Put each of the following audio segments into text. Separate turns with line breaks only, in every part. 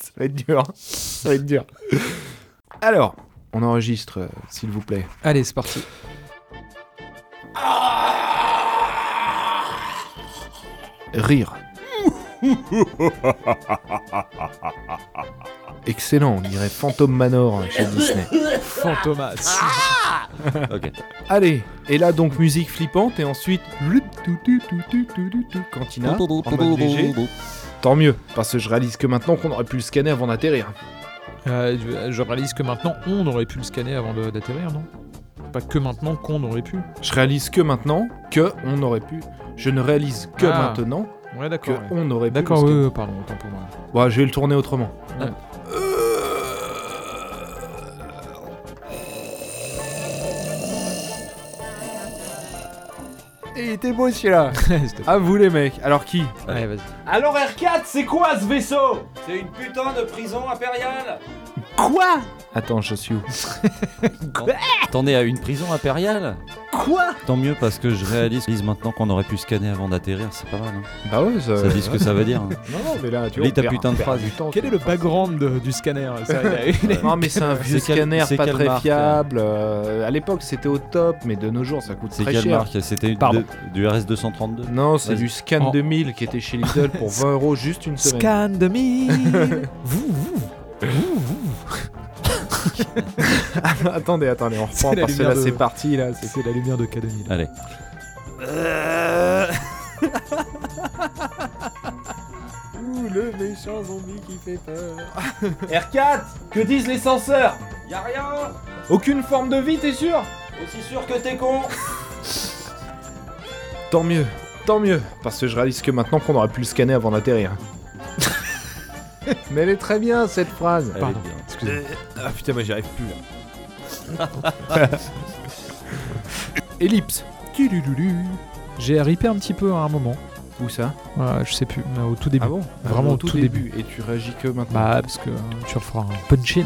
Ça va être dur. hein. Ça va être dur. Alors, on enregistre, euh, s'il vous plaît.
Allez, c'est parti.
Rire. Excellent, on dirait Phantom Manor chez Disney.
Fantomas.
Ok.
Allez, et là donc musique flippante et ensuite cantina en mode léger. Tant mieux, parce que je réalise que maintenant qu'on aurait pu le scanner avant d'atterrir.
Euh, je- je réalise que maintenant, on aurait pu le scanner avant de- d'atterrir, non Pas que maintenant qu'on aurait pu.
Je réalise que maintenant que on aurait pu. Je ne réalise que
Ah.
maintenant
Ouais,
que
d'accord. ouais.
on aurait pu.
D'accord,
le
oui,
scanner.
oui, pardon, autant pour moi.
Bon, je vais le tourner autrement.
Ouais.
Et il était beau celui-là.
C'était-
À Ah, vous les mecs. Alors qui
Allez, vas-y.
Alors R4, c'est quoi ce vaisseau C'est une putain de prison impériale
Quoi Attends, je suis où
T'en es à une prison impériale
Quoi
Tant mieux parce que je réalise maintenant qu'on aurait pu scanner avant d'atterrir, c'est pas mal. hein.
Bah ouais, ça.
Ça dit ce que ça veut dire. hein.
Non, non, mais là, tu
Lis
vois, on
ta
perd-
putain de
on perd
phrase.
du temps,
Quel
tu
est le
vois.
background de- du scanner ça, il a-
Non, mais c'est un vieux
C'est quel-
scanner
c'est
pas
quelle
très
marque,
fiable. euh, à l'époque, c'était au top, mais de nos jours, ça coûte
C'est
très
quelle
cher.
marque C'était
Pardon.
de- du RS-232
Non, c'est
Vas-y.
du Scan
En-
2000 qui était chez Lidl pour 20 euros juste une semaine.
Scan de me Vous, vous
attendez, attendez, on reprend
C'est la
parce que
lumière
là,
de-
c'est parti. Là, c'est-
C'est la lumière de Academy.
Allez.
Ouh, le méchant zombie qui fait peur.
Ah,
R4 Que disent les censeurs Y'a rien
Aucune forme de vie, t'es sûr
Aussi sûr que t'es con
Tant mieux, tant mieux, parce que je réalise que maintenant qu'on aurait pu le scanner avant d'atterrir. Mais elle est très bien cette phrase.
Pardon, excusez-moi.
Ah putain, mais j'y arrive plus là. Ellipse.
Tulululu. J'ai ripé un petit peu à un moment.
Où ça
Ouais, je sais plus, mais au tout début.
Ah bon
Vraiment au tout
Et tu réagis que maintenant.
Bah, parce que euh, tu referas un punch-in.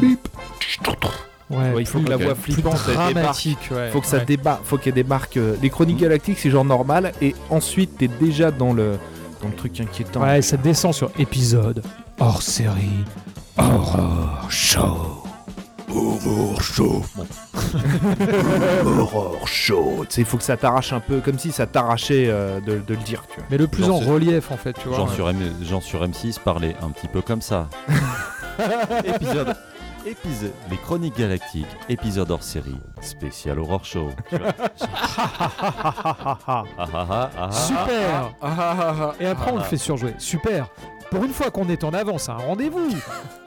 Ouais,
Ouais, il faut
plus-
que la
plus
voix flippante elle débarque.
dramatique, ouais.
Faut que ça
ouais.
débarque, faut qu'elle débarque. euh, Les chroniques galactiques, c'est genre normal, et ensuite t'es déjà dans le dans le truc inquiétant.
Ouais, ça descend sur épisode, hors série, horror show.
Horreur chaude. Il faut que ça t'arrache un peu, comme si ça t'arrachait euh, de, de le dire. Tu vois.
Mais le plus
Genre
en
ce-
relief, en fait, tu vois.
Jean sur, M... Jean sur M6 parlait un petit peu comme ça. épisode. Épisode. Les Chroniques Galactiques, épisode hors série, spécial Aurore Show. Tu vois. Ah, ah, ah, ah, ah.
Super Et après, on le
Ah.
fait surjouer. Super Pour une fois qu'on est en avance à un rendez-vous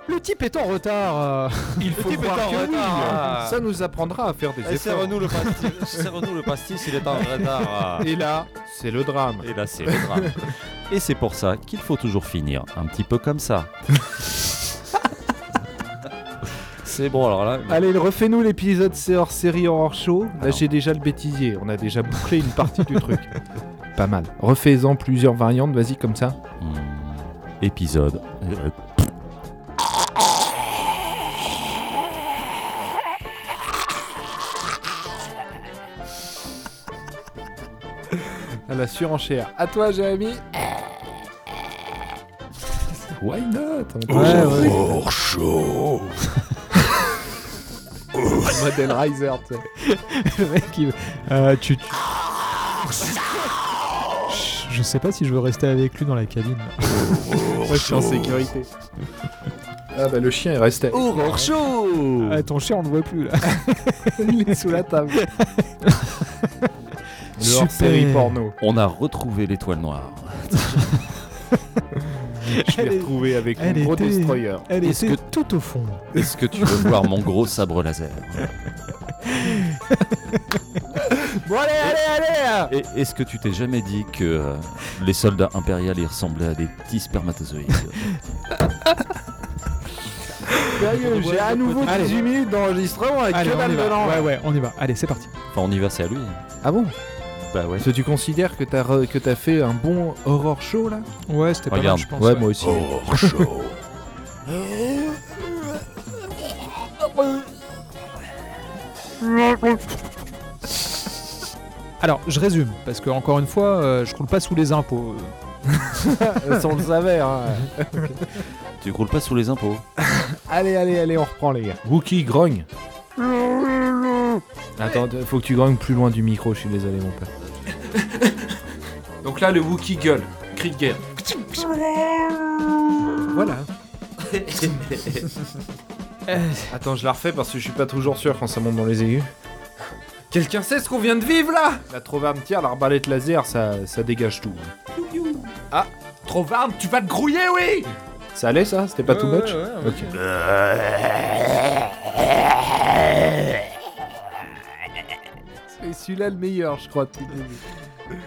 Le type est en retard euh.
Il faut
type est
voir
en
que oui.
retard.
Ça nous apprendra à faire des
Eh,
efforts.
serre-nous le pastis, serre-nous le pastis, il est en retard. ah.
Et là, c'est le drame.
Et là, c'est le drame. Et c'est pour ça qu'il faut toujours finir un petit peu comme ça. c'est bon, alors là.
Allez, refais-nous l'épisode c'est hors série horror show. Là,
Alors.
j'ai déjà le bêtisier. On a déjà bouclé une partie du truc. Pas mal. Refais-en plusieurs variantes, vas-y comme ça.
Hmm, épisode. Euh,
À la surenchère. À toi, Jérémy. Why not
Ouais, ouais.
Model Riser, tu sais.
Le mec, il- Euh, tu... tu- Je sais pas si je veux rester avec lui dans la cabine.
Moi, je suis en sécurité. Ah bah le chien est resté.
Aurore Show
Ah, ton chien, on le voit plus, là.
Il est sous la table. Le
Super.
hors-série porno.
On a retrouvé l'étoile noire.
Je
Elle
l'ai
est-
retrouvé avec mon
elle
gros
était-
destroyer.
Elle
Est-ce
était tout au fond.
Est-ce que tu veux voir mon gros sabre laser
Bon allez, allez, allez
Et est-ce que tu t'es jamais dit que euh, les soldats impériaux ils ressemblaient à des petits spermatozoïdes
Sérieux, j'ai à nouveau
Allez.
18 minutes d'enregistrement avec
Allez,
que
on
dalle
y
dedans.
va. Ouais, ouais, on y va. Allez, c'est parti.
Enfin, on y va, c'est à lui.
Ah bon
Bah ouais.
Parce que tu considères que t'as re- que t'as fait un bon horror show là
Ouais, c'était
pas mal, Regarde.
je pense.
aussi.
Alors, je résume, parce que encore une fois, euh, je roule pas sous les impôts. euh.
Ça, on le savait. hein.
Tu croules pas sous les impôts.
Allez, allez, allez, on reprend les gars. Wookie grogne. Attends, faut que tu grognes plus loin du micro, je suis désolé mon père.
Donc là, le Wookie gueule, cri de guerre.
Voilà.
Euh,
Attends, je la refais parce que je suis pas toujours sûr quand ça monte dans les aigus.
Quelqu'un sait ce qu'on vient de vivre là
La trovarme tire, l'arbalète laser, ça, ça dégage tout.
Trop varme, Ah, tu vas te grouiller, oui
Ça allait ça C'était pas too much
ouais, ouais,
Ok. C'est celui-là le meilleur, je crois. depuis le début.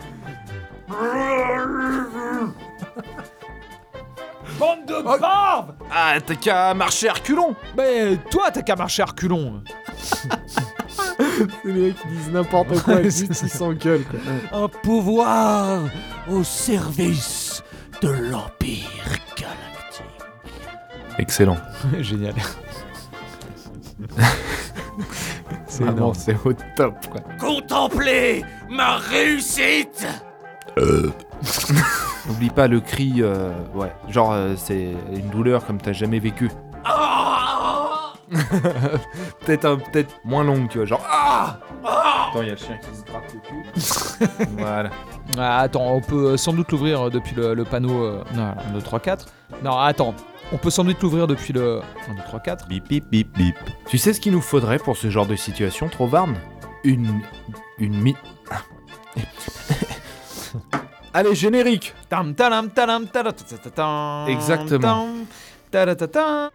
Bande de barbe
Ah, t'as qu'à marcher à reculons
Mais toi, t'as qu'à marcher à reculons
Les mecs qui disent n'importe quoi, juste ils s'engueulent. quoi.
un pouvoir au service de l'Empire galactique.
Excellent.
Génial. C'est
Vraiment,
énorme.
Ah, c'est au top. Quoi.
Contemplez ma réussite
Euh. N'oublie pas le cri, euh, ouais, genre euh, c'est une douleur comme t'as jamais vécu.
Ah.
peut-être un- peut-être moins longue, tu vois, genre. Ah Attends, il y a le chien qui se gratte le cul. voilà.
Ah, attends, on peut euh, sans doute l'ouvrir euh, depuis le, le panneau euh, non, 1, 2, 3, 4. Non, attends, on peut sans doute l'ouvrir depuis le 1, 2, 3, 4.
Bip, bip, bip, bip.
Tu sais ce qu'il nous faudrait pour ce genre de situation, Trovarne Une. Une mi. Allez, générique
Tam, talam, talam, talam, tatatatam,
Exactement.
tam, tatatatam.